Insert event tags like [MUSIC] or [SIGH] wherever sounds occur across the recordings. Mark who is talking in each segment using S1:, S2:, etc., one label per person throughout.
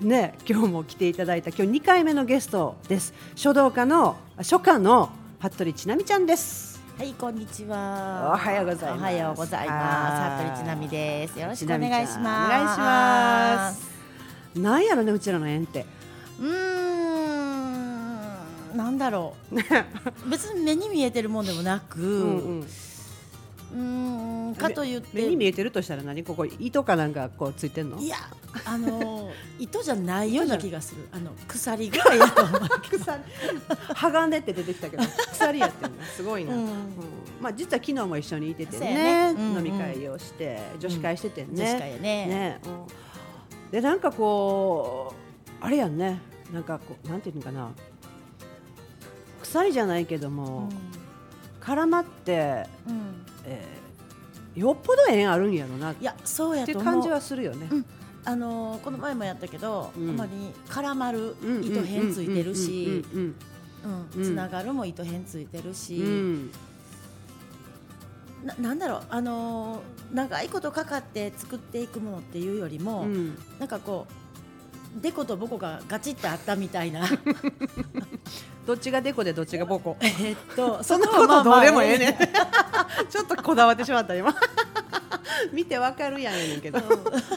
S1: ね今日も来ていただいた今日2回目のゲストです書道家の書家の服部千奈美ちゃんです
S2: はい、こんにちは。
S1: おはようございます
S2: おはようございます。服部ちなみです。よろしくお願い
S1: ち
S2: します。
S1: なみちゃんお願いします。なんやろねうちらの縁って
S2: うーん、なんだろう。別に目に見えてるもんでもなく、
S1: う
S2: うん
S1: ん
S2: ん、かといっ
S1: 目
S2: て。
S1: に見えてるとしたら何ここ糸かなんかこうついてんの
S2: いや、あの糸じゃないような気がする。あの鎖ぐらいだと思う。
S1: 鎖鋼ねって出てきたけど鎖やって
S2: [LAUGHS]
S1: るのすごいな、
S2: うん
S1: うんまあ実は昨日も一緒にいてて
S2: そう
S1: ね
S2: やねうんう
S1: 飲
S2: ん
S1: み会をして女子会しててね、
S2: 確かにね。
S1: ね、うんでなんかこうあれやんねなんかこうなんていうのかな鎖じゃないけど
S2: う
S1: も
S2: ん、
S1: 絡まって、
S2: うん
S1: えーよっぽど縁あるんやろなっ
S2: いや、そうや
S1: てい
S2: と
S1: う
S2: 思う。
S1: 感じはするよね。
S2: あのこの前もやったけど、
S1: うん
S2: あまり絡まる
S1: うん
S2: 糸変ついてるし、
S1: うん
S2: うん
S1: うん
S2: つながるも糸変ついてる
S1: う
S2: し、
S1: んうんうん
S2: ななんだろうあのー長いことかかって作っていくものっていうよりも、
S1: うん
S2: なんかこうデコとボコがガチってあったみたいな
S1: [LAUGHS] どっちがデコでどっちがボコ
S2: えっと
S1: そんな
S2: こ
S1: こ
S2: はまあ
S1: と
S2: ま
S1: ど
S2: あ
S1: うでもええねんちょっとこだわってしまった今見てわかるやんやねんけど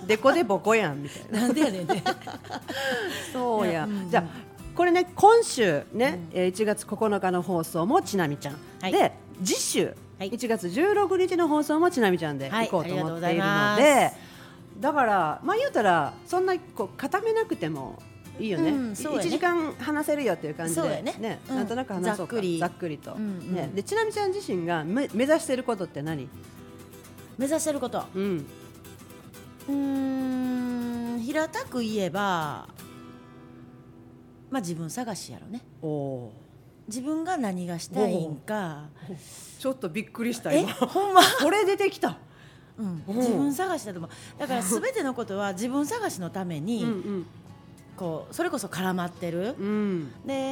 S1: デコでボコやんみたいな
S2: なんでやねんね
S1: そうや、
S2: うん
S1: じゃあこれね今週ね、
S2: う
S1: えー1月9日の放送もちなみちゃん、
S2: はい
S1: で次週、
S2: はい
S1: 1月16日の放送もちなみちゃんで
S2: はい
S1: 行こうと思っている
S2: あ
S1: の
S2: りがとうござい
S1: で
S2: ま、
S1: だからまあ言うたらそんなこう固めなくてもいいよね,、一
S2: うんそうやね
S1: 1時間話せるよっていう感じで
S2: そうやねうん
S1: なんとなく話そうか
S2: ざっくり
S1: と、
S2: うんうん
S1: ね、でちなみちゃん自身がめ目指してることって何、
S2: 目指してること
S1: うん、
S2: うーん平たく言えばまあ自分探しやろね
S1: おお
S2: 自分が何がしたいんか
S1: ちょっとびっくりした
S2: えほ
S1: [LAUGHS]
S2: んま、
S1: これ出てきた、
S2: うん、
S1: うん
S2: 自分探しだと思うだから全てのことは自分探しのために、
S1: うん
S2: こうそれこそ絡まってる
S1: うんうん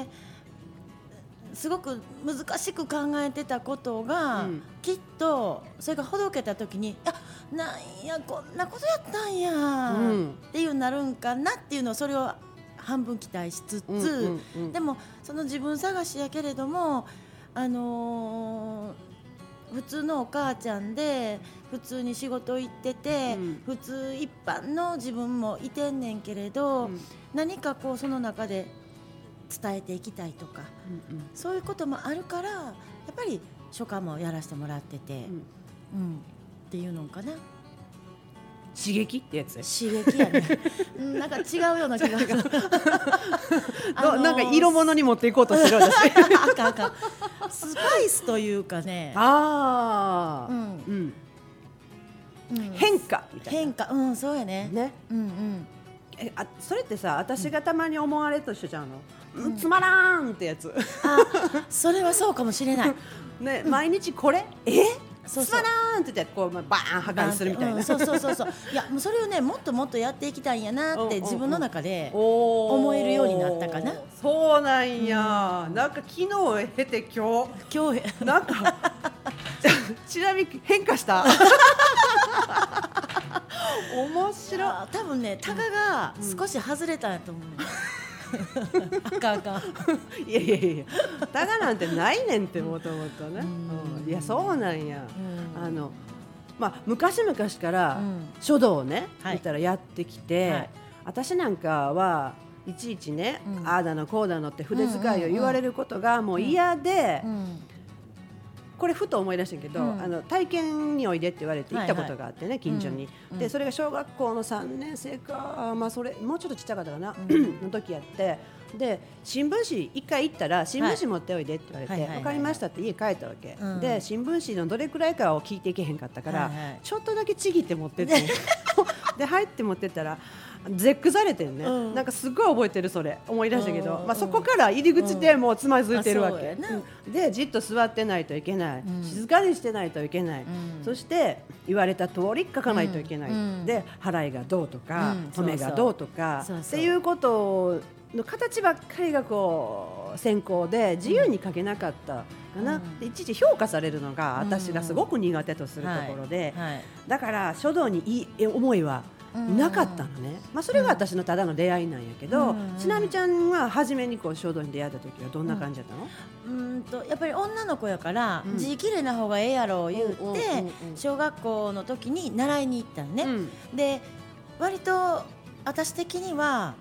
S2: ですごく難しく考えてたことが、
S1: うん
S2: きっとそれがほどけた時にあなんやこんなことやったんや、
S1: うん
S2: っていうなるんかなっていうのをそれを半分期待しつつ、
S1: うんうんうん
S2: でもその自分探しやけれども、あのー普通のお母ちゃんで普通に仕事行ってて、
S1: うん
S2: 普通一般の自分もいてんねんけれど、
S1: うん
S2: 何かこうその中で伝えていきたいとか
S1: うん
S2: そういうこともあるからやっぱり書家もやらせてもらってて、
S1: うん
S2: うんっていうのかな
S1: 刺激ってやつです。
S2: 刺激
S1: [LAUGHS]
S2: やねうんなんか違うような気がする [LAUGHS] あのー
S1: なんか色物に持っていこうとしてる [LAUGHS] 私。
S2: あかんあかんスパイスというかね、
S1: あ
S2: う
S1: あ、
S2: ん
S1: うん、
S2: うん
S1: 変化みたい
S2: 変化うんそうやね
S1: な。ね、
S2: うんうん
S1: え、あ、それってさ、私がたまに思われとしてちゃうの。
S2: ん
S1: うんつまらんってやつ。
S2: あそれはそうかもしれない
S1: ね、毎日これ、え、
S2: そうそう
S1: つまらんって言って、こう、まあ、バーン破綻するみたい
S2: うん
S1: な。
S2: そうそうそうそういやもうそれをねもっともっとやっていきたいんやなって自分の中で
S1: おー
S2: 思えるようになったかな
S1: そうなんや、なんか昨日を経て今日
S2: 今日
S1: なんか [LAUGHS] ちなみに変化
S2: [LAUGHS]
S1: した。面白い。
S2: あ多分ねタガが少し外れたんやと思う、
S1: [LAUGHS]
S2: あかんあかん
S1: いやいやいや、タガなんてないねんってもともとね。う
S2: うん
S1: んいやそうなんや。
S2: うん
S1: あのまあ昔々から
S2: うん
S1: 書道をね、
S2: はい
S1: 見たらやってきて、
S2: はい
S1: 私なんかはいちいちね、
S2: うん
S1: ああだのこうだのって筆遣いを言われることがもう
S2: うん
S1: 嫌で、
S2: うん
S1: これふと思い出したけど、
S2: うん
S1: あの体験においでって言われて行ったこ
S2: はい
S1: と
S2: はい
S1: があってね、近所に、
S2: うんう
S1: で
S2: ん
S1: それが小学校の3年生か、まあ、それもうちょっとちっちゃかったかな、
S2: うん
S1: [CLEARS THROAT] の時やってで新聞紙一回行ったら新聞紙持っておいでって言われて、
S2: はいはいはいは
S1: 分
S2: い
S1: かりましたって家帰ったわけ、
S2: うん
S1: で新聞紙のどれくらいかを聞いていけへんかったから、
S2: はいはい
S1: ちょっとだけちぎって持ってって
S2: [LAUGHS]
S1: で入って持ってったら絶句されてるね、
S2: うん
S1: なんかすごい覚えてるそれ思い出したけど、
S2: うん
S1: まあ、そこから入り口でもうつまずいてるわ
S2: うん
S1: け、
S2: あそうやな
S1: うんでじっと座ってないといけない、
S2: うん
S1: 静かにしてないといけない、
S2: うん
S1: そして言われた通り書かないといけない、
S2: うん
S1: で払いがどうとか、
S2: うん
S1: 止めがどうとか
S2: そうそう
S1: っていうことの形ばっかりがこう先行で自由に書けなかったかな、
S2: うん
S1: でいちいち評価されるのが
S2: うん
S1: 私がすごく苦手とするところで、
S2: はい
S1: だから書道にいい思いは
S2: うん
S1: なかったのね、まあ、それが私のただの出会いなんやけど、
S2: うん
S1: ちなみちゃんは初めにこう衝動に出会った時はどんな感じだったの、
S2: うーんとやっぱり女の子やから、
S1: うん
S2: 字綺麗な方がええやろ言うて、
S1: うんうんうんうん
S2: 小学校の時に習いに行ったんね、
S1: うん
S2: で割と私的には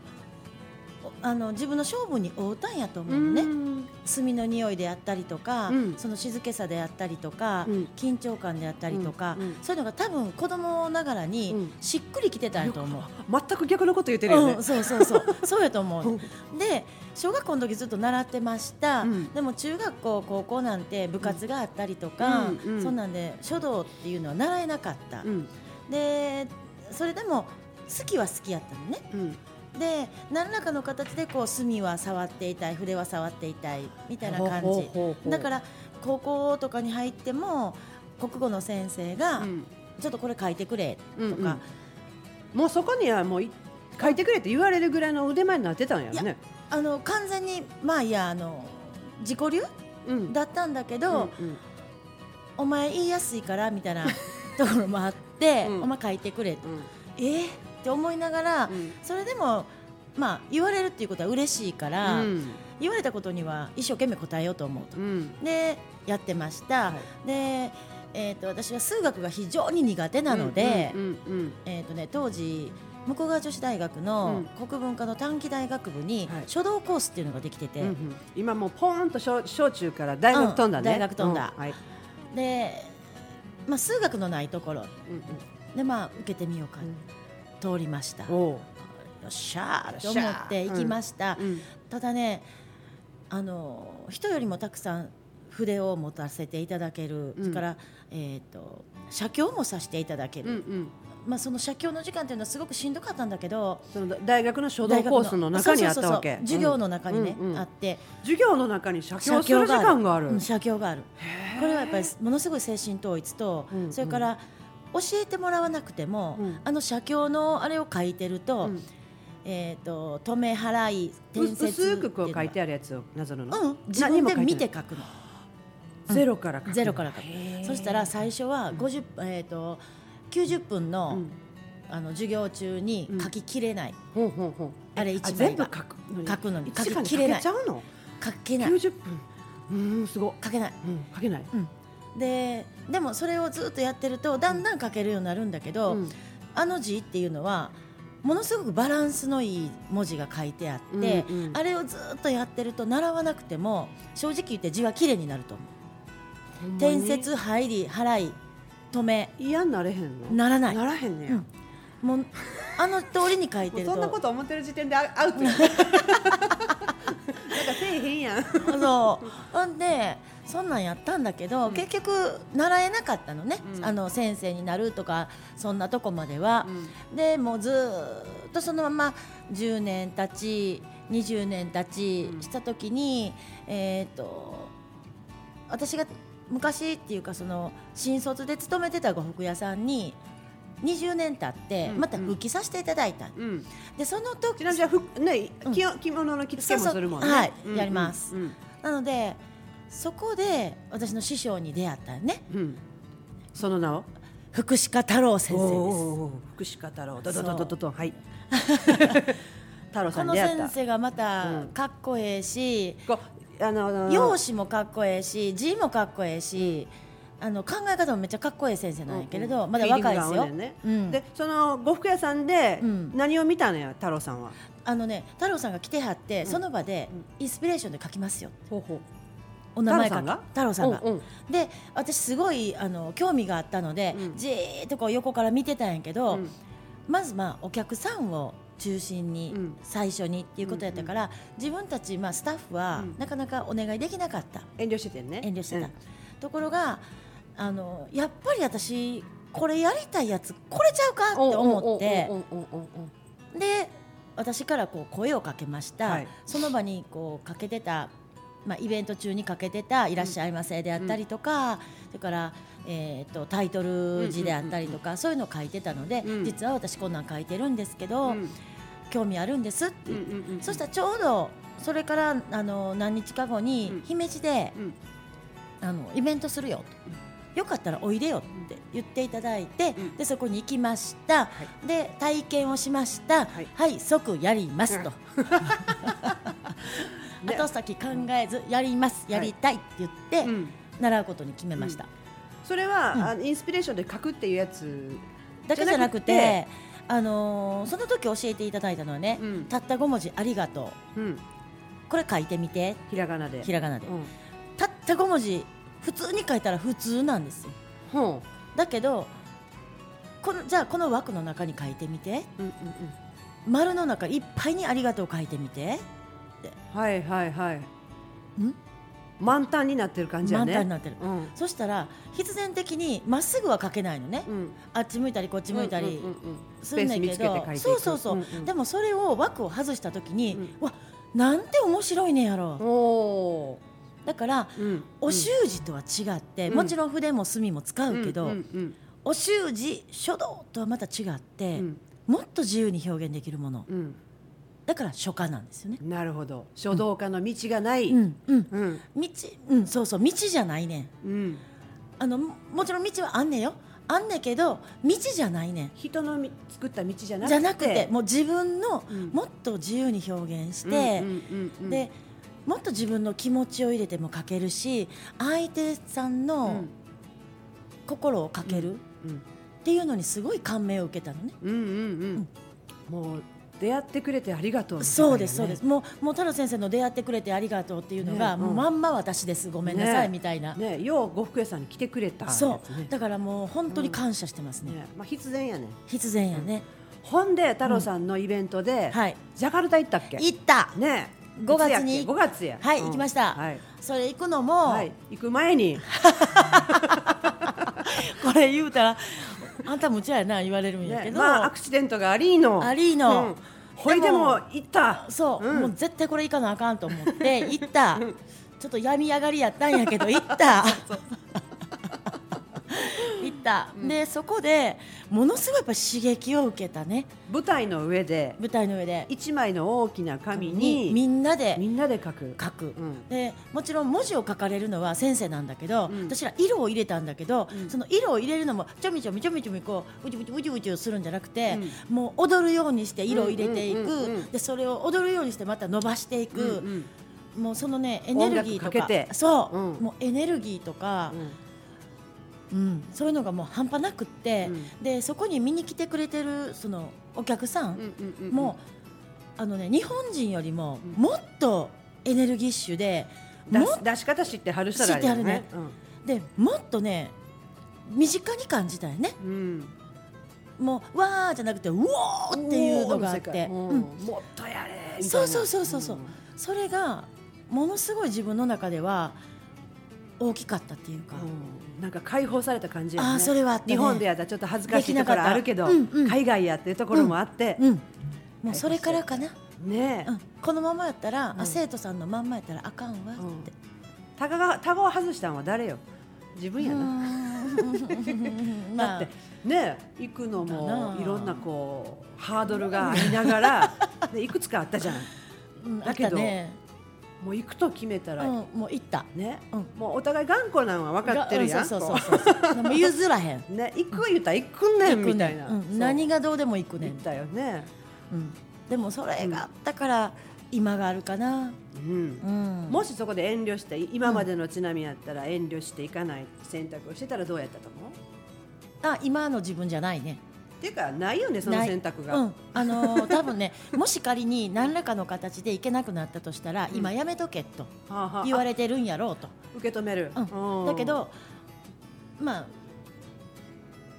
S2: おあの自分の勝負に合うたんやと思うのね、
S1: うん
S2: 墨の匂いであったりとか、
S1: うん
S2: その静けさであったりとか、
S1: うん
S2: 緊張感であったりとか、
S1: うんうん
S2: そういうのが多分子供ながら
S1: う
S2: に
S1: ん
S2: しっくりきてたんやと思う。
S1: 全く逆のこと言ってるよね、
S2: うん、そうそ
S1: [LAUGHS]
S2: うそうそうやと思
S1: うん
S2: うで小学校の時ずっと習ってました、
S1: うん
S2: でも中学校高校なんて部活があったりとか、
S1: うんうん
S2: そんなんで書道っていうのは習えなかった、
S1: うん
S2: でそれでも好きは好きやったのね
S1: うん
S2: で何らかの形でこう墨は触っていたい筆は触っていたいみたいな感
S1: ほうほ
S2: じ
S1: うほうほう
S2: だから高校とかに入っても国語の先生が、
S1: うん
S2: ちょっとこれ書いてくれと
S1: うん
S2: か、
S1: もうそこにはもうい書いてくれって言われるぐらいの腕前になってたんやろ
S2: い
S1: ね。
S2: あの完全にまあいやあの自己流
S1: うん
S2: だったんだけ
S1: う
S2: ど、
S1: んうん
S2: お前言いやすいからみたいな [LAUGHS] ところもあって、
S1: うん
S2: お前書いてくれと、
S1: うん
S2: えー、って思いながら、それでもまあ言われるっていうことは嬉しいから、
S1: うん
S2: 言われたことには一生懸命答えようと思うと、
S1: うん
S2: でやってました、
S1: は
S2: で、えー、と私は数学が非常に苦手なので、
S1: うんうん
S2: えーとね、当時向こう側女子大学の国文科の短期大学部に
S1: はい
S2: 書道コースっていうのができてて、
S1: うんうん今もうポーンと小小中から大学飛んだね。
S2: うん大学飛んだ
S1: うはい
S2: で、まあ、数学のないところ
S1: うんうん
S2: でまあ受けてみようか、
S1: うん
S2: 通りましたよ
S1: おう
S2: っしゃーと思って行きました、
S1: うん
S2: ただねあの人よりもたくさん筆を持たせていただける、
S1: うん
S2: それから、えー、と写経もさせていただけ
S1: う
S2: る、
S1: んうん
S2: まあ、その写経の時間というのはすごくしんどかったんだけど
S1: その大学の書道コースの中にあったわけ
S2: そうそうそうそう。授業の中にね、
S1: うんうん
S2: あって
S1: 授業の中に写経する時間がある
S2: うん。写経がある
S1: へー
S2: これはやっぱりものすごい精神統一と、
S1: うんうん
S2: それから教えてもらわなくても、
S1: うん
S2: あの写経のあれを書いてる
S1: う
S2: と、
S1: ん
S2: えっ、と止め払いう転接
S1: 薄くこう書いて
S2: あ
S1: あるやつをなぞるの。
S2: うん自
S1: 何
S2: 分
S1: も
S2: で
S1: 書い
S2: 見
S1: な
S2: て
S1: い
S2: 書くの
S1: ゼロから書くの
S2: ゼロから書く
S1: へー
S2: そしたら最初は50、えー、と90分の,、
S1: うん
S2: あの授業中に
S1: うん
S2: 書ききれない、
S1: ほうほうほう
S2: あれ
S1: あ
S2: 一
S1: 全
S2: 枚
S1: 部書
S2: が
S1: くのに
S2: 書く
S1: 一時
S2: のに
S1: 間
S2: 書ききれない
S1: 書けちゃうの
S2: 書けない
S1: 九十分うーんすごい
S2: 書けない。
S1: うん書けない
S2: うん、ででもそれをずっとやってるとだんだん書けるようになるんだけど、
S1: うん
S2: あの字っていうのはものすごくバランスのいい文字が書いてあって、
S1: うんうん
S2: あれをずっとやってると習わなくても正直言って字は綺麗になると思
S1: ほん
S2: う
S1: まに
S2: 転接入り払い止め
S1: 嫌になれへんの
S2: ならない
S1: ならへんねや
S2: うんもうあの通りに書い
S1: もう
S2: てる
S1: そ
S2: と
S1: んなこと思ってる時点でアアウ
S2: [LAUGHS]
S1: トやなんかせえへんやん
S2: そうほんでそんなんやったんだけど、
S1: うん
S2: 結局習えなかったのね、
S1: うん
S2: あの先生になるとかそんなとこまでは、でもうずーっとそのまま10年経ち20年経
S1: うん
S2: ちした時に、えっ、と私が昔っていうかその新卒で勤めてた呉服屋さんに20年経って
S1: うん
S2: また復帰させていただいた、
S1: うんうん
S2: でその時
S1: ちなみにじゃあ服ね着よ着物の着付けもするもんね
S2: そうそうはい
S1: うん
S2: やります
S1: うん
S2: なのでそこで私の師匠に出会ったね
S1: うんその名を
S2: 福祉科太郎先
S1: おー
S2: 生です
S1: おーおー福祉課太郎ドドドドドドはい太郎さ
S2: こ
S1: ん
S2: の
S1: に出会っ
S2: 先
S1: た
S2: 生がまた
S1: うん
S2: かっこええし、
S1: こうあの
S2: 容姿もかっこええし字もかっこええし、あの考え方もめっちゃかっこええ先生なんやけれど、
S1: うん
S2: まだ若いですよ。
S1: フィーリングが合うねんね
S2: うん
S1: でその呉服屋さんで
S2: うん
S1: 何を見たのや太郎さんは。
S2: あのね太郎さんが来てはって、その場で
S1: うん
S2: インスピレーションで書きますよ
S1: ほうほう
S2: お名前書き
S1: 太郎さんが
S2: 太郎さんが。
S1: うんうん
S2: で私すごいあの興味があったので、
S1: うん
S2: じーっとこう横から見てたんやけ
S1: う
S2: ど、
S1: ん
S2: まずまあお客さんを中心に、
S1: うん
S2: 最初にっていうことやったから、自分たち、まあ、スタッフは
S1: うん
S2: なかなかお願いできなかった。
S1: 遠慮しててんね。
S2: 遠慮してた、
S1: うん
S2: ところがあのやっぱり私これやりたいやつこれちゃうかって思って
S1: おんおんおんおんおんおん
S2: で私からこう声をかけました、
S1: はい
S2: その場にこうかけてた、まあ、イベント中にかけてた「いらっしゃいませ」であったりとか、それから、えー、とタイトル字であったりとか、そういうのを書いてたので、
S1: うん
S2: 実は私こんなん書いてるんですけど、
S1: うん
S2: 興味あるんですって
S1: う
S2: 言って、
S1: んうんうん
S2: そしたらちょうどそれからあの何日か後に、
S1: うん
S2: 姫路で
S1: うん
S2: あのイベントするよと、よかったらおいでよって言っていただいて、
S1: うん
S2: でそこに行きました、で体験をしました
S1: は
S2: はいい、即やりますと、
S1: ね
S2: 後先考えずやりますやりたいって言って、
S1: うん
S2: 習うことに決めました、
S1: それは、あのインスピレーションで書くっていうやつ
S2: だけじゃなくて
S1: じゃな
S2: あのーその時教えていただいたのはね、
S1: うん
S2: たった5文字「ありがと
S1: くて、うん、
S2: う」これ書いてみて
S1: ひらがなで
S2: ひらがなで、
S1: うん
S2: たった5文字普通に書いたら普通なんですよ
S1: ほ
S2: だけどこのじゃあこの枠の中に書いてみて
S1: う、うんうん
S2: 丸の中いっぱいに「ありがとう」書いてみて
S1: うん、はいはいはい
S2: ん
S1: 満タンになってる感じや
S2: 満
S1: ね
S2: タンになってる、
S1: うん
S2: そしたら必然的にまっすぐは書けないのね、
S1: うん、
S2: あっち向いたりこっち向いたり
S1: うんうんうんうん
S2: すんねんけ
S1: スペース見つけて書い
S2: ど、
S1: ていく
S2: そうそうそう、
S1: うんうん
S2: でもそれを枠を外した時に、
S1: うん
S2: わなんて面白いねやろ、
S1: おー
S2: だから
S1: うん
S2: お習字とは違って、
S1: うん
S2: もちろん筆も墨も使うけど、
S1: うんうん
S2: お習字書道とはまた違っ
S1: う
S2: て、
S1: ん
S2: もっと自由に表現できるもの
S1: うん
S2: だから書家なんですよね。
S1: うんなるほど書道家の道がない、
S2: うんうん、
S1: うん
S2: 道、うん、そうそう道じゃないねん
S1: うん、
S2: あのももちろん道はあんねんよあんねんけど道じゃないねん
S1: 人のみ作った道じゃなくて
S2: じゃなくてもう自分の
S1: うん
S2: もっと自由に表現して、
S1: うんうんうんうん
S2: でもっと自分の気持ちを入れても書けるし相手さん
S1: う
S2: の
S1: ん
S2: 心を書けるっ
S1: うん
S2: ていうのにすごい感銘を受けたのね。
S1: うんうんうんもう出会ってくれてありがとうみたいなね、
S2: そうですそうですもうもう太郎先生の出会ってくれてありがとうっていうの
S1: ね
S2: が、もううんまんま私ですごめんなさい、みたいな、
S1: ねよう呉服屋さんに来てくれたやつね
S2: そうだからもう本当に感謝してますね、
S1: ねまあ必然やね
S2: 必然やね、
S1: ほんで太郎さんのイベントで、
S2: はい
S1: ジャカルタ行ったっけ
S2: 行った
S1: ね
S2: 5月に
S1: 5月や
S2: はい、
S1: うん
S2: 行きました、
S1: はい、
S2: それ行くのも、
S1: はい、行く前に
S2: これ言うたらあんた無茶やな言われるんやけ
S1: ね、
S2: ど、
S1: まあアクシデントがありーの
S2: ありーの
S1: ほいでも行った
S2: そう、
S1: ん
S2: もう絶対これ行かなあかんと思
S1: [LAUGHS]
S2: って行ったちょっと病み上がりやったんやけど行った
S1: [LAUGHS]
S2: [LAUGHS] 行った、でそこでものすごいやっぱ刺激を受けたね
S1: 舞台の上で
S2: 舞台の上で
S1: 一枚の大きな紙に
S2: みんなで
S1: みんなで書く
S2: 書く、
S1: うん
S2: でもちろん文字を書かれるのは先生なんだけど、
S1: うん
S2: 私ら色を入れたんだけど、
S1: うん
S2: その色を入れるのもちょみちょみちょみちょみこううちうちうちうちするんじゃなくて、
S1: う
S2: もう踊るようにして色を入れていく、
S1: うんうんうんうん
S2: でそれを踊るようにしてまた伸ばしていく、
S1: うん
S2: もうそのねエネルギーとか
S1: 音楽かけて
S2: そう、
S1: うん
S2: もうエネルギーとか
S1: う、ん
S2: うんそういうのがもう半端なくって、
S1: うん
S2: でそこに見に来てくれてるそのお客さ
S1: うん
S2: ん
S1: うんうんうん
S2: も、あのね日本人よりも
S1: うん
S2: もっとエネルギッシュで、
S1: 出
S2: も
S1: す出し方知ってはる人らや
S2: 知ってでもっとね身近に感じたよね
S1: うんうん
S2: もうわーじゃなくてうおーっていうのがあっ
S1: おー世界
S2: て、
S1: う
S2: うんん
S1: もっとやれみたいな
S2: そうそうそうそうそうそれがものすごい自分の中では大きかったっていうか、
S1: うんなんか解放された感じやね
S2: ああそれはあった、ね、
S1: 日本でやったらちょっと恥ずかしいところあるけど、
S2: できなかったうんうん
S1: 海外やっていうところもあって、
S2: うん、もうそれからかな、
S1: ねえ
S2: うん、このままやったら、
S1: うん
S2: あ生徒さんのまんまやったらあかんわって、
S1: タガがタガを外したんは誰よ自分やな、 [LAUGHS]
S2: うんまあ
S1: だってねえ行くの
S2: か
S1: も
S2: ない
S1: ろんなこうハードルがありなが
S2: [LAUGHS]
S1: らでいくつかあったじゃん
S2: うん
S1: だけど
S2: あったね、
S1: もう行くと決めたら、
S2: うん、もう行った
S1: ね、
S2: うん
S1: もうお互い頑固なんは分かってるやん
S2: がうんそうそうそうそうでも譲らへん
S1: こうね行く言うたら行く [LAUGHS] ねんみたいな、
S2: うん何
S1: が
S2: がどうでも行くね
S1: 言っ
S2: ん、
S1: たよね
S2: うん、でもそれがあったから今があるかな、
S1: うん
S2: うん、
S1: もしそこで遠慮して今までのちなみやったら遠慮していかない選択をしてたらどうやったと思う
S2: あ今の自分じゃないね
S1: っていうかないよねその選択が、
S2: うん、あのー多分ね [LAUGHS] もし仮に何らかの形で行けなくなったとしたら、
S1: うん
S2: 今やめとけと
S1: はあはあ
S2: 言われてるんやろうと、
S1: あ受け止める、
S2: うん、だけどまあ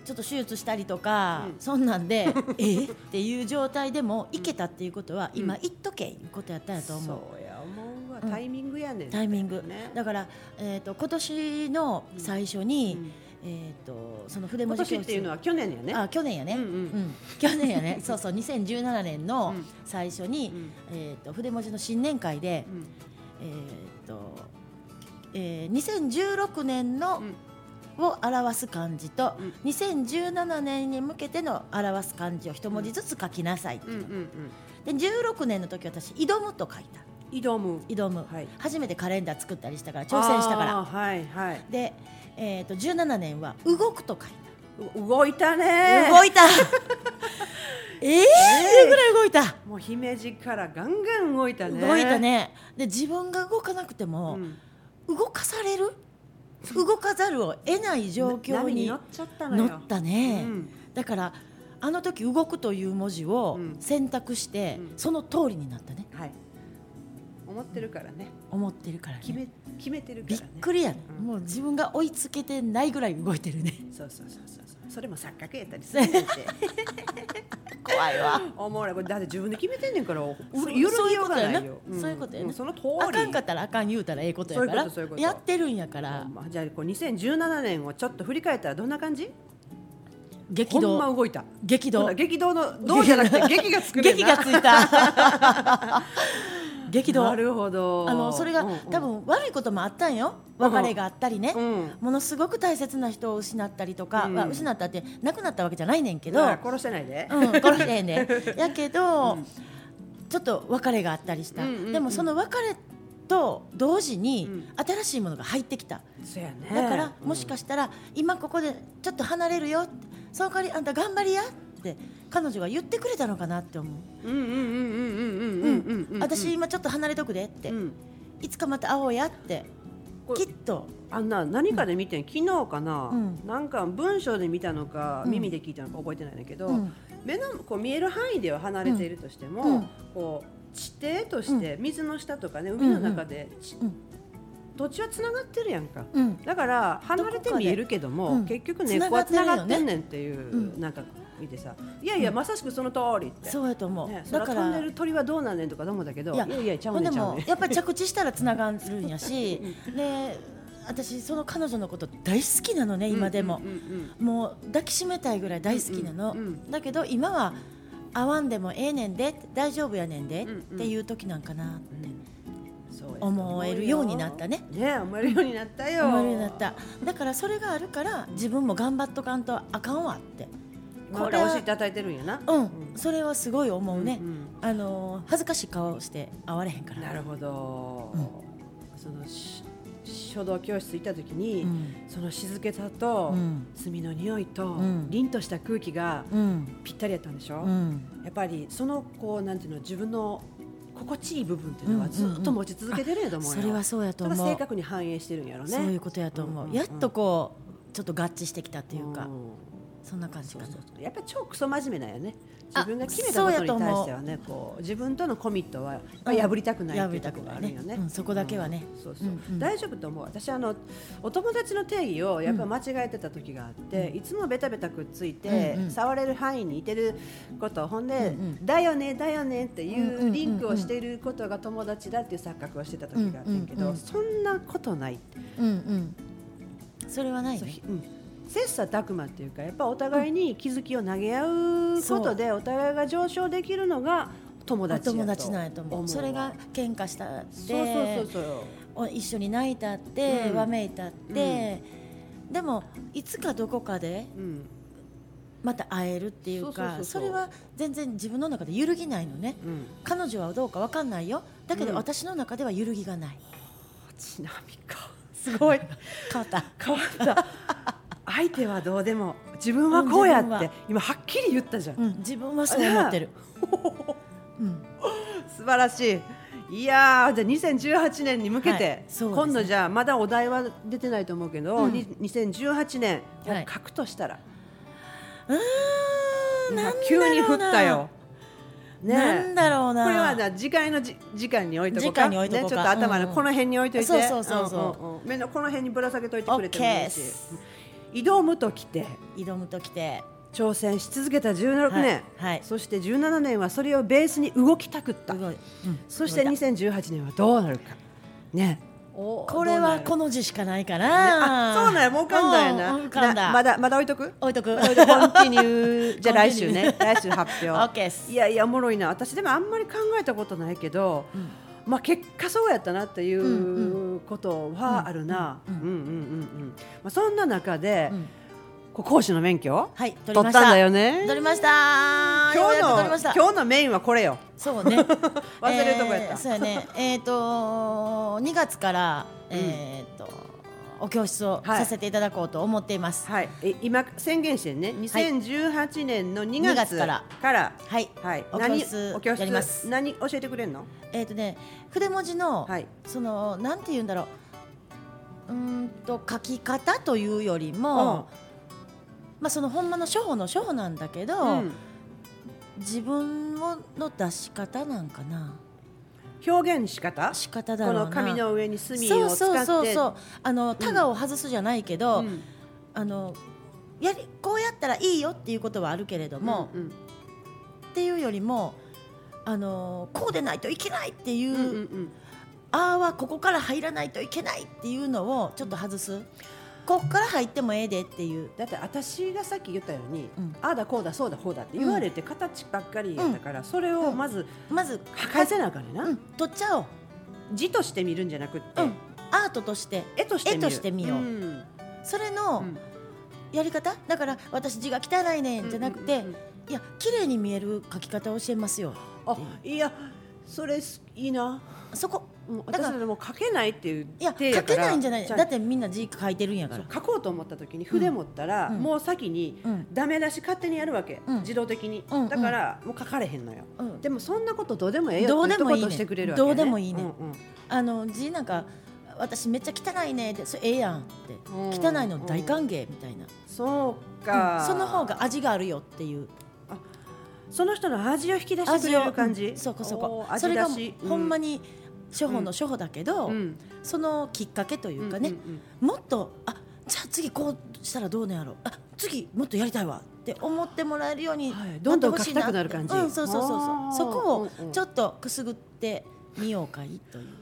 S2: ちょっと手術したりとか、
S1: うん
S2: そんなんで
S1: [LAUGHS]
S2: えっていう状態でも行けたっていうことは、
S1: うん
S2: 今行っとけいうことやったんやと思う。
S1: そうや思うわ
S2: うん
S1: タイミングやねん、
S2: タイミング、
S1: ね
S2: だから、えー、と今年の最初
S1: う
S2: に、
S1: ん
S2: えー、とその筆文
S1: 今年
S2: 字教
S1: っ
S2: 室
S1: ていうのは去年やね
S2: あ去年やね、
S1: う
S2: うんん
S1: うん
S2: 去年やねそうそう2017年
S1: う
S2: の
S1: ん
S2: 最初に、
S1: うん
S2: えー、と筆文字の新年会で、えーとえー2016年の、
S1: うん
S2: を表す漢字と、
S1: うん
S2: 2017年に向けての表す漢字を一文字ずつ書きなさいって
S1: うんう
S2: い
S1: ん
S2: う
S1: うん
S2: の、で16年の時私「挑む」と書いた
S1: うん挑む
S2: 挑む、
S1: はい
S2: 初めてカレンダー作ったりしたから挑戦したから
S1: あーはいはい
S2: で、えー、と17年は「動く」と書いた。
S1: う動いたね
S2: 動
S1: [LAUGHS]
S2: いたええー、っていうぐらい動いた、
S1: もう姫路からガンガン動いたね
S2: 動いたねで自分が動かなくても、
S1: うん
S2: 動かされる動かざるを得ない状況
S1: 波
S2: に
S1: 乗っちゃったの
S2: 乗
S1: よ
S2: ったね、
S1: うん
S2: だからあの時「動く」という文字を
S1: うん
S2: 選択して、
S1: うん
S2: その通りになったね
S1: はい思ってるからね
S2: 思ってるから
S1: 決
S2: ね
S1: め決めてるか
S2: び
S1: ら
S2: っ
S1: ね
S2: くりやね、
S1: うん
S2: もう自分が追いつけてないぐらい動いてるね
S1: [LAUGHS] そうそうそうそうそうそれも錯覚やったりするん
S2: [LAUGHS]
S1: で
S2: 怖い [LAUGHS] わ
S1: おもろいこれだって自分で決めてんねんからう
S2: そう
S1: 揺るぎようがないよ
S2: そういうことやな
S1: うんその通り
S2: あかんかったらあかん言うたらええことやか
S1: そ
S2: ら
S1: ういうことそういうこと
S2: やってるんやから
S1: まあじゃあこう2017年をちょっと振り返ったらどんな感じ
S2: 激
S1: ほんま
S2: 動
S1: 動いた
S2: 激
S1: ほ
S2: 動
S1: ら
S2: [LAUGHS]
S1: 激動の動じゃなくて劇が作れ
S2: 劇
S1: る
S2: が
S1: な
S2: ついた
S1: [LAUGHS]
S2: 激動
S1: なるほど
S2: あのそれが、多分悪いこともあったんよ別れがあったりね、
S1: うんうん
S2: ものすごく大切な人を失ったりとか、
S1: うん
S2: まあ失ったって亡くなったわけじゃないねんけど、
S1: だ
S2: う
S1: から、
S2: ん
S1: 殺してないで、
S2: 殺してへんね
S1: [LAUGHS]
S2: んやけど、ちょっと別れがあったりした、
S1: うんうんうん
S2: でもその別れと同時に、
S1: うん
S2: 新しいものが入ってきた
S1: そうやね
S2: だから、もしかしたら今ここでちょっと離れるよってその代わりあんた頑張りやって彼女が言ってくれたのかなって思う、
S1: うんうんうんうんうんうんうんうんうん
S2: 私今ちょっと離れとくでって、
S1: うん
S2: いつかまた会おうやって
S1: これ
S2: きっと
S1: あんな何かで見てん、昨日かな、
S2: うん
S1: なんか文章で見たのか、
S2: うん
S1: 耳で聞いたのか覚えてないんだけど、
S2: うん
S1: 目のこう見える範囲では離れているとしても、
S2: うん
S1: こう地底として水の下とかね、海の中で、ち
S2: うん
S1: 土地はつながってるやんか。
S2: うん
S1: だから離れて見えるけども
S2: どこかでうん
S1: 結局根っこはつながってんねんってい
S2: よね
S1: う、
S2: う
S1: なんか見てさいやいやまさしくその通りって、
S2: そうやと思う、
S1: ね、
S2: だ
S1: 空
S2: か
S1: 飛んで
S2: ら
S1: る鳥はどうなんねんとかどうもだけどい
S2: い
S1: や
S2: や
S1: いやちゃ
S2: ほ
S1: うんね
S2: で
S1: んちゃう
S2: も
S1: ねん
S2: やっぱり着地したらつながるんやしで私その彼女のこと大好きなのね今でも
S1: うん、うん
S2: もう抱きしめたいぐらい大好きなの、
S1: うんうんうん
S2: だけど今は会わんでもええねんで大丈夫やねんで、
S1: うんうん
S2: っていう時なんかなって
S1: そうやと
S2: 思えるようになったね
S1: ね思えるようになったよ
S2: 思えるようになっただからそれがあるから自分も頑張っとかんとあかんわって
S1: こ
S2: こ
S1: れ
S2: れは
S1: 押していただいてるんやな
S2: うん、
S1: うん
S2: それはすごい思うね、
S1: うん
S2: あのー恥ずかしい顔して会われへんか
S1: うん
S2: ら
S1: なるほど
S2: うん
S1: そのし書道教室行った時
S2: う
S1: に
S2: ん
S1: その静けさと
S2: うん
S1: 墨の匂いと
S2: うん
S1: 凛とした空気が
S2: うん
S1: ぴったりやったんでしょ
S2: うん
S1: やっぱりそのこうなんていうの自分の心地いい部分っていうのはずっと持ち続けてるんやと思うよ
S2: それはそうやと
S1: だから
S2: 思
S1: 正
S2: う
S1: 確に反映してるんやろね
S2: そういうことやと思う、
S1: うんうんうん
S2: やっとこうちょっと合致してきたっていうか、
S1: ん
S2: そんな感じ
S1: そ
S2: か
S1: う
S2: な
S1: そうそうやっぱり超クソ真面目なんよね
S2: あ
S1: 自分が決めたことに対してはねこう自分とのコミットはやっぱり破りたくないっていうところがあるよ
S2: 破りたく
S1: ね
S2: ないねうんそこだけはね
S1: うんそうそう
S2: うんうん
S1: 大丈夫と思う私あのお友達の定義をやっぱ間違えてた時があって、いつもベタベタくっついて、
S2: うんうん
S1: 触れる範囲にいてることほんで、
S2: うんうん
S1: だよねだよねってい
S2: んうんうんう
S1: うんリンクをしていることが友達だっていう錯覚をしてた時があってんけど、
S2: うんうんうん
S1: そんなことないって
S2: うんうんそれはない
S1: そう
S2: ね
S1: ひうん切磋琢磨っていうかやっぱお互いに気づきを投げ合うことでお互いが上昇できるのが友
S2: お
S1: 達やと
S2: 友達なんやと思
S1: わ
S2: うそれが喧嘩したっ
S1: そうそう
S2: て
S1: そうそう
S2: お一緒に泣いたって、
S1: うん
S2: わめいたって、でもいつかどこかで
S1: うん
S2: また会えるってい
S1: そ
S2: うか
S1: うそうそうそう
S2: れは全然自分の中で揺るぎないのね
S1: うん
S2: 彼女はどうかわかんないよだけ
S1: うん
S2: ど私の中では揺るぎがない、
S1: ちなみか
S2: すごい [LAUGHS] 変わった
S1: 変わった
S2: [LAUGHS]
S1: 相手はどうでも自分はこうや
S2: うん
S1: っ
S2: 自
S1: て
S2: 分は
S1: 今はっきり言ったじゃん、
S2: うん、自分はそう思ってる。うん、
S1: 素晴らしいいやーじゃあ2018年に向けて、
S2: はいそうですね
S1: 今度じゃあまだお題は出てないと思うけど、
S2: うん
S1: に2018年
S2: はい
S1: を書くとしたら、
S2: うーん、
S1: 今
S2: なんだろうな
S1: 急に降ったよ。
S2: なんだろうな。
S1: これはな次回のじ時間に置いとこうか
S2: 次回に置いとこう
S1: ね、
S2: か
S1: ちょっと頭
S2: う
S1: の
S2: んうん
S1: この辺に置いといて
S2: そうそうそうそ
S1: んん
S2: うん
S1: 目のこの辺にぶら下げといて
S2: オ
S1: くれ
S2: ッ
S1: て
S2: ケ
S1: も
S2: ー
S1: い
S2: っ
S1: いし
S2: す。
S1: 挑むときて
S2: 挑むときて。
S1: 挑戦し続けた16年、
S2: はいはい
S1: そして17年はそれをベースに動きたくった
S2: 動いうん
S1: そして
S2: 動いた
S1: 2018年はどうなるかね
S2: これはこ
S1: の
S2: の字しかないか
S1: あ
S2: な。
S1: そうなんやもう浮かんだよな,、
S2: うん浮かんだ。
S1: なまだまだ置いとく
S2: 置い [LAUGHS] とく。
S1: コンティニュ [LAUGHS] ーじゃあ来週ね来週発表
S2: [LAUGHS] OK っす
S1: いやいやおもろいな私でもあんまり考えたことないけど、まあ結果そうやったなっていう、
S2: ん
S1: ことはあるな、う
S2: うんん
S1: う
S2: うん
S1: うん
S2: ん
S1: うんまあ、そんな中で、
S2: うん
S1: こう講師の免許、
S2: はい、取り
S1: 取
S2: ま
S1: っ
S2: した。
S1: たんだよね
S2: 取りました。
S1: 今日
S2: ようやく
S1: の
S2: 取りました
S1: 今日のメインはこれよ
S2: そうね。
S1: [LAUGHS] 忘れるとこやった
S2: えーそうやね。えっと、2月から、えっと、お教室を
S1: はい
S2: させていただこうと思っています。
S1: はい、え今宣言してね、2018年の2月
S2: 2月から
S1: から
S2: はい、
S1: はい、
S2: お教室
S1: 何お教室
S2: やります
S1: 何教えてくれるの？
S2: えっ、とね筆文字の、
S1: はい
S2: そのなんて言うんだろううーんと書き方というより
S1: うん
S2: も、まあそのほんまの書法の書法なんだけど、
S1: うん
S2: 自分をの出し方なんかな
S1: 表現仕方？
S2: 仕方だ
S1: こ
S2: ろうな
S1: の紙の上に墨
S2: そう
S1: を使っ
S2: そう
S1: て、
S2: そうそうあのタガを外すじゃないけど、
S1: ん
S2: あのやりこうやったらいいよっていうことはあるけれども、
S1: うん
S2: っていうよりもあのこうでないといけないっていう、
S1: うんうんうん
S2: ああはここから入らないといけないっていうのをちょっと外す、ここから入ってもええでっていう
S1: だって私がさっき言ったように、
S2: うん
S1: ああだこうだそうだこうだって言われて形ばっかりやったから、それをまず
S2: まず
S1: 書かせなあかんねんな、
S2: うん、取っちゃおう、
S1: 字として見るんじゃなくって、
S2: うん、アートとして
S1: 絵として見る
S2: 絵として見ようんそれの
S1: うん
S2: やり方、だから私字が汚いねんじゃなく
S1: う
S2: て、
S1: んうんうん
S2: いや綺麗に見える書き方を教えますよ
S1: あいやそれすいいな
S2: そこ
S1: もう私
S2: だから
S1: たちもう書けないっていう
S2: いや
S1: 手
S2: 書け
S1: から
S2: ないんじゃない
S1: じゃあ
S2: だってみんな字書いてるんやか
S1: そう
S2: ら
S1: 書こうと思った時に筆持ったら、
S2: うん
S1: もう先に
S2: うん
S1: ダメ出し勝手にやるわけ、
S2: うん
S1: 自動的に、
S2: うん
S1: だからもう書かれへんのよ、
S2: うん
S1: でもそんなことどうでもええよって
S2: どうでもいいね
S1: 一言してくれるわけ、ね、
S2: どうでもいいね
S1: うんうん
S2: あの字なんか私めっちゃ汚いねってそれええやんって
S1: うん
S2: 汚いの大歓迎みたいな、
S1: そうか、
S2: うんその方が味があるよっていう
S1: その人の味を引き出してく
S2: 味
S1: れ
S2: を
S1: る感じ、
S2: うんそこそ
S1: お
S2: こ
S1: ー味
S2: それ
S1: 出
S2: が
S1: し
S2: ほんま
S1: に、
S2: に初歩の初歩だけど、
S1: うん
S2: そのきっかけというかね、
S1: うんうん
S2: もっとあじゃあ次こうしたらどうなんやろうあ次もっとやりたいわって思ってもらえるように、
S1: はいどんどん
S2: なってほしい
S1: 書きたくなる感じ
S2: うん、そうそうそう
S1: あー
S2: そうそこ
S1: うんう
S2: を
S1: ん
S2: ちょっとくすぐってみようかいという、
S1: うん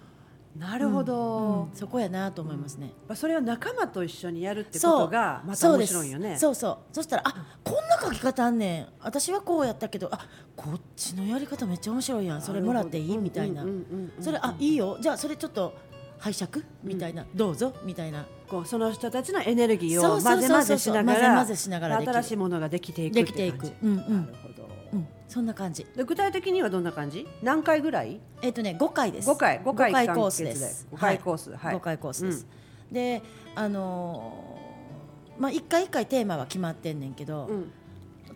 S1: なるほど
S2: うん、そこやなと思いますね、
S1: まあそれは仲間と一緒にやるってことがまた
S2: そう
S1: 面
S2: です
S1: 白いよね
S2: そうそうそしたらあこんな書き方あんねん私はこうやったけどあこっちのやり方めっちゃ面白いやんそれもらっていいみたいな、
S1: うんうんうんうん
S2: それあいいよじゃあそれちょっと拝借みたいな、どうぞみたいな
S1: こうその人たちのエネルギー
S2: そ
S1: を
S2: うそう
S1: 混
S2: そう
S1: ぜ
S2: そう
S1: 混ぜしながら
S2: 混ぜ混ぜしながらできる
S1: 新しいものができていく
S2: できていく
S1: って
S2: うんう
S1: 感じ
S2: ん
S1: なるほど、
S2: うんそんな感じ
S1: で具体的にはどんな感じ何回ぐらい
S2: えっ、とね5回です
S1: 5回5回
S2: 五コースで
S1: 完結
S2: す
S1: 5回コースはい
S2: 5回コースです、であのーまあ一回一回テーマは決まってんねんけど、
S1: うんうん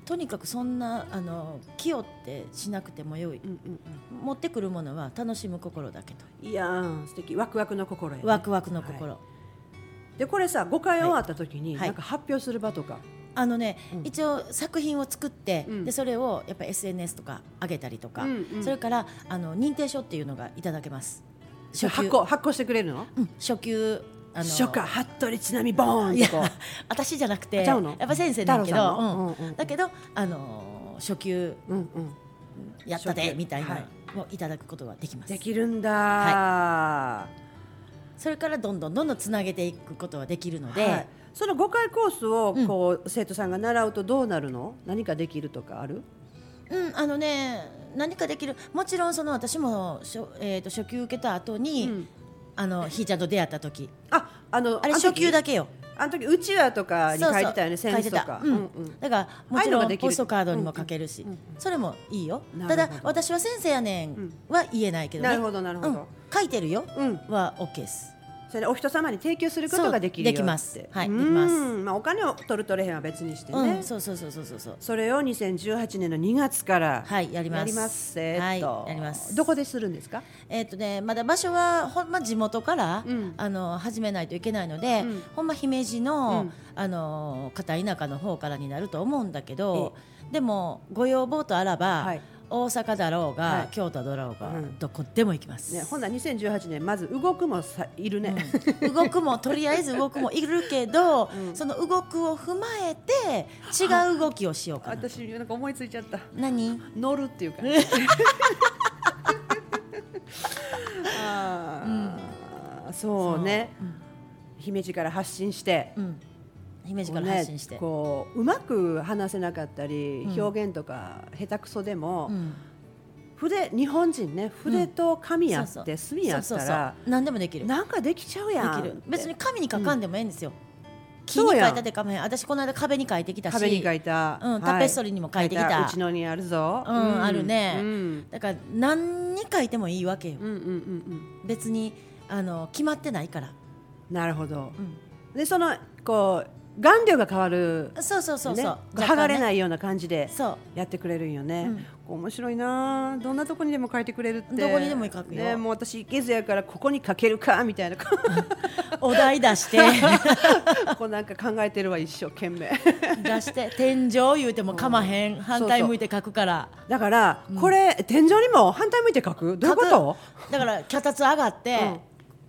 S2: とにかくそんなあの気負ってしなくてもよい、
S1: うんうん
S2: 持ってくるものは楽しむ心だけと
S1: うんいやー素敵ワクワクの心やね
S2: ワクワクの心、
S1: でこれさ5回終わった時に、
S2: はい
S1: なんか発表する場とか、
S2: あのね、
S1: うん
S2: 一応作品を作って、
S1: うん
S2: でそれをやっぱ SNS とか上げたりとか、
S1: うんうん
S2: それからあの認定書っていうのがいただけます
S1: それ発行発行してくれるの
S2: うん初級あの
S1: 初夏服部ちなみボーン
S2: い
S1: と
S2: や
S1: こう
S2: 私じゃなく
S1: あ
S2: て
S1: ちゃ
S2: や
S1: うの
S2: っぱ先生だ
S1: 太
S2: け
S1: 郎さ
S2: ど、
S1: んの
S2: うん
S1: うんうん
S2: だけどあの初級
S1: うんうん
S2: やった
S1: 初
S2: で
S1: 級
S2: みたいな
S1: はい
S2: のをいただくことができます、
S1: できるんだー、
S2: それからどんどんどんどんつなげていくことはできるので、
S1: はいその5回コースをこう、生徒さんが習うとどうなるの何かできるとかある
S2: うん、あのね何かできるもちろんその私もしょ、えー、と初級受けた後に、
S1: うん
S2: あのひーちゃんと出会った時
S1: ああの
S2: あれ
S1: の時
S2: 初級だけよ
S1: あの時うちわとかに書いてたよね
S2: そ
S1: セ
S2: うそう書
S1: ン
S2: い
S1: ス
S2: て
S1: と
S2: た
S1: か、
S2: うん
S1: うん
S2: だからも
S1: ああい
S2: ち
S1: うの
S2: ろ
S1: がで
S2: ん
S1: きる
S2: ポストカードにも書けるし、
S1: うんうん
S2: それもいいよ
S1: なる
S2: た
S1: ほど
S2: だ私は先生やねんは言えないけどね、
S1: なるほどなるほ
S2: うん
S1: ど、
S2: 書いてるよ
S1: うん
S2: は OK です
S1: それでお人様に提供することができるよって
S2: そうできますはい
S1: うん
S2: できます
S1: まあ、お金を取る取れへんは別にしてね、
S2: うん、そうそうそうそうそうそう
S1: それを2018年の2月から
S2: はいやります
S1: やりますえ
S2: は
S1: ーっ
S2: い
S1: と、
S2: やります
S1: どこでするんですか
S2: えっ、とねまだ場所はほんま地元から、
S1: うん
S2: あの始めないといけないので、
S1: うん
S2: ほんま姫路の、
S1: うん
S2: あの片田舎の方からになると思うんだけどでもご要望とあらば、
S1: はい
S2: 大阪だろうが、
S1: はい
S2: 京都だろうが、
S1: うん
S2: どこでも行きます。
S1: ね、ほんなら2018年まず動くもさいるね、
S2: うん動くもとりあえず動くもいるけど、その動くを踏まえて違う動きをしようかな。
S1: 私なんか思いついちゃった
S2: 何
S1: 乗るっていうか [LAUGHS] あー、そうね姫路から発信して、
S2: うん、姫路
S1: こ
S2: か
S1: う
S2: ら
S1: ね
S2: 発信して。
S1: こううまく話せなかったり、
S2: うん
S1: 表現とか下手くそでも、
S2: うん
S1: 筆日本人ね筆と紙やって、
S2: そうそう
S1: 墨やった
S2: そうそう
S1: ら
S2: そう何でもできる
S1: なんかできちゃうやん
S2: できる別に紙に書かんでもいいんですよ、木
S1: そう
S2: に
S1: や
S2: 書
S1: ん
S2: いたでかまへん私この間壁に書いてきたし
S1: 壁に書いた、
S2: うん、タペストリーにも書いてきた,、
S1: うちのにあるぞ、
S2: うんあるね
S1: うん
S2: だから何に書いてもいいわけよ
S1: うんうんうんうん
S2: 別にあの決まってないから、
S1: なるほど、
S2: うん
S1: でそのこう顔料が変わる、
S2: そうそうそう
S1: ね
S2: そう、
S1: 剥がれないいような感じで
S2: そう
S1: やってくれるんよね、
S2: うん
S1: 面白いなあどんなとこにでも書いてくれるって
S2: どこにでも書くよ
S1: ね、もう私いけずやからここに書けるかみたいな [LAUGHS]
S2: お題出して
S1: こうなんか考えてるわ一生懸命
S2: [LAUGHS] 出して天井言うてもかまへん反対向いて書くから
S1: だから、これ天井にも反対向いて書くどういうこと
S2: 書くだから脚立上がって、
S1: うん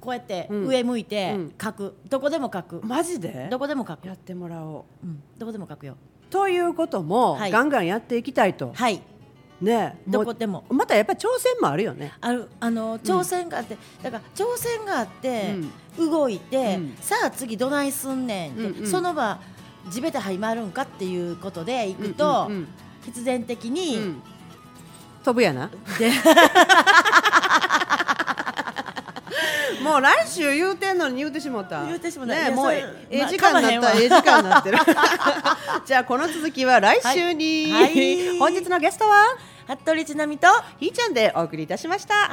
S2: こうやって
S1: うん
S2: 上向いて
S1: うん
S2: 書く、どこでも書く、
S1: マジで
S2: どこでも書く、
S1: やってもらおう
S2: うん、どこでも書くよ
S1: ということも、
S2: はい
S1: ガンガンやっていきたいと、
S2: はい
S1: ねも
S2: ど
S1: う
S2: こでも
S1: またやっぱり挑戦もあるよね
S2: あるあの挑戦があって、だから挑戦があって、動いて、
S1: うん
S2: さあ次どないすんねんって、
S1: うんうん
S2: その場地べたはいまるんかっていうことで行くと、
S1: うんうん
S2: 必然的
S1: うん
S2: に、
S1: うん飛ぶやな
S2: で
S1: [LAUGHS] もう来週言うてんのに言うてしもった
S2: 言うてしもったい
S1: ね
S2: や
S1: もう
S2: そ
S1: え
S2: れ
S1: ええ
S2: まあ
S1: 時間になった
S2: かまへんわ
S1: ええ時間になってる [LAUGHS] じゃあこの続きは来週に、
S2: はいはい
S1: 本日のゲストは
S2: 服部千奈美と
S1: ひーちゃんでお送りいたしました